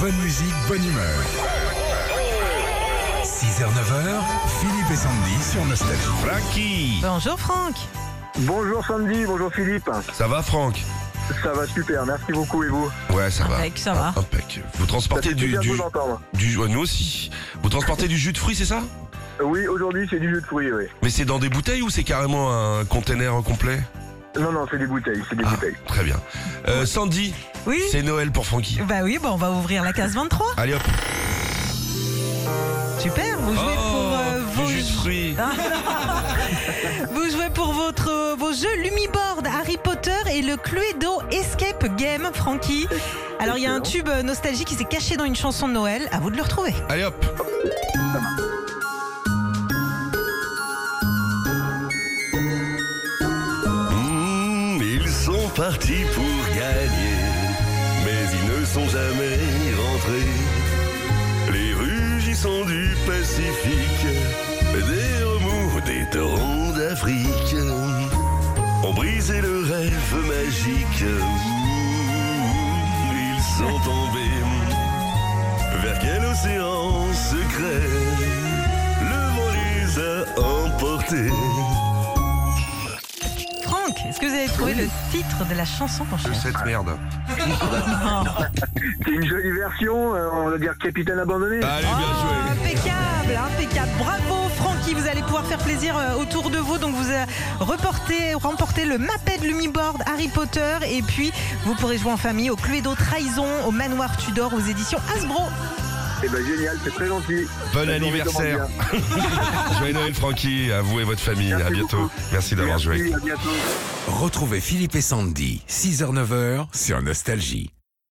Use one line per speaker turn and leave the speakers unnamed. Bonne musique, bonne humeur. 6h, 9h, Philippe et Sandy sur Nostalgie.
Francky
Bonjour Franck.
Bonjour Sandy, bonjour Philippe.
Ça va Franck
Ça va super, merci beaucoup et vous
Ouais ça va.
Impec, ça va.
Ah, impec. Vous
Ça fait
transportez du,
plaisir de
du,
vous entendre.
du- ouais, nous aussi. Vous transportez du jus de fruits c'est ça
Oui, aujourd'hui c'est du jus de fruits, oui.
Mais c'est dans des bouteilles ou c'est carrément un container complet
Non, non, c'est des bouteilles, c'est des
Ah,
bouteilles.
Très bien. Euh, Sandy,
Oui.
c'est Noël pour Francky.
Bah oui, bon, on va ouvrir la case 23.
Allez hop.
Super. Vous jouez
Oh,
pour euh, Hein
du
vos
jus de fruits.
vous jouez pour votre euh, vos jeux Lumiboard, Harry Potter et le Cluedo Escape Game, Francky. Alors il y a un tube euh, nostalgique qui s'est caché dans une chanson de Noël. À vous de le retrouver.
Allez hop.
Mmh, ils sont partis pour gagner, mais ils ne sont jamais rentrés. Les rugissants du Pacifique, des remous des torrents d'Afrique, ont brisé le rêve magique. Mmh, ils sont tombés. Vers quel océan secret le vent les a emportés?
Franck, est-ce que vous avez trouvé le titre de la chanson qu'on
De
chante
cette merde.
C'est une jolie version, euh, on va dire Capitaine Abandonné.
Allez
Oh,
bien joué.
impeccable, impeccable. Bravo Francky, vous allez pouvoir faire plaisir euh, autour de vous. Donc vous euh, reportez, remportez le Mapped Lumiboard Harry Potter et puis vous pourrez jouer en famille au Cluedo Trahison, au Manoir Tudor, aux éditions Hasbro.
Eh ben génial, c'est très gentil.
Bon
Ça nous
anniversaire.
recommande
Ah.
Joyeux Noël Francky, à vous et votre famille.
Merci
à bientôt.
beaucoup.
Merci
bien.
d'avoir joué.
Merci, à bientôt.
Retrouvez Philippe et Sandy, 6h, 9h sur Nostalgie.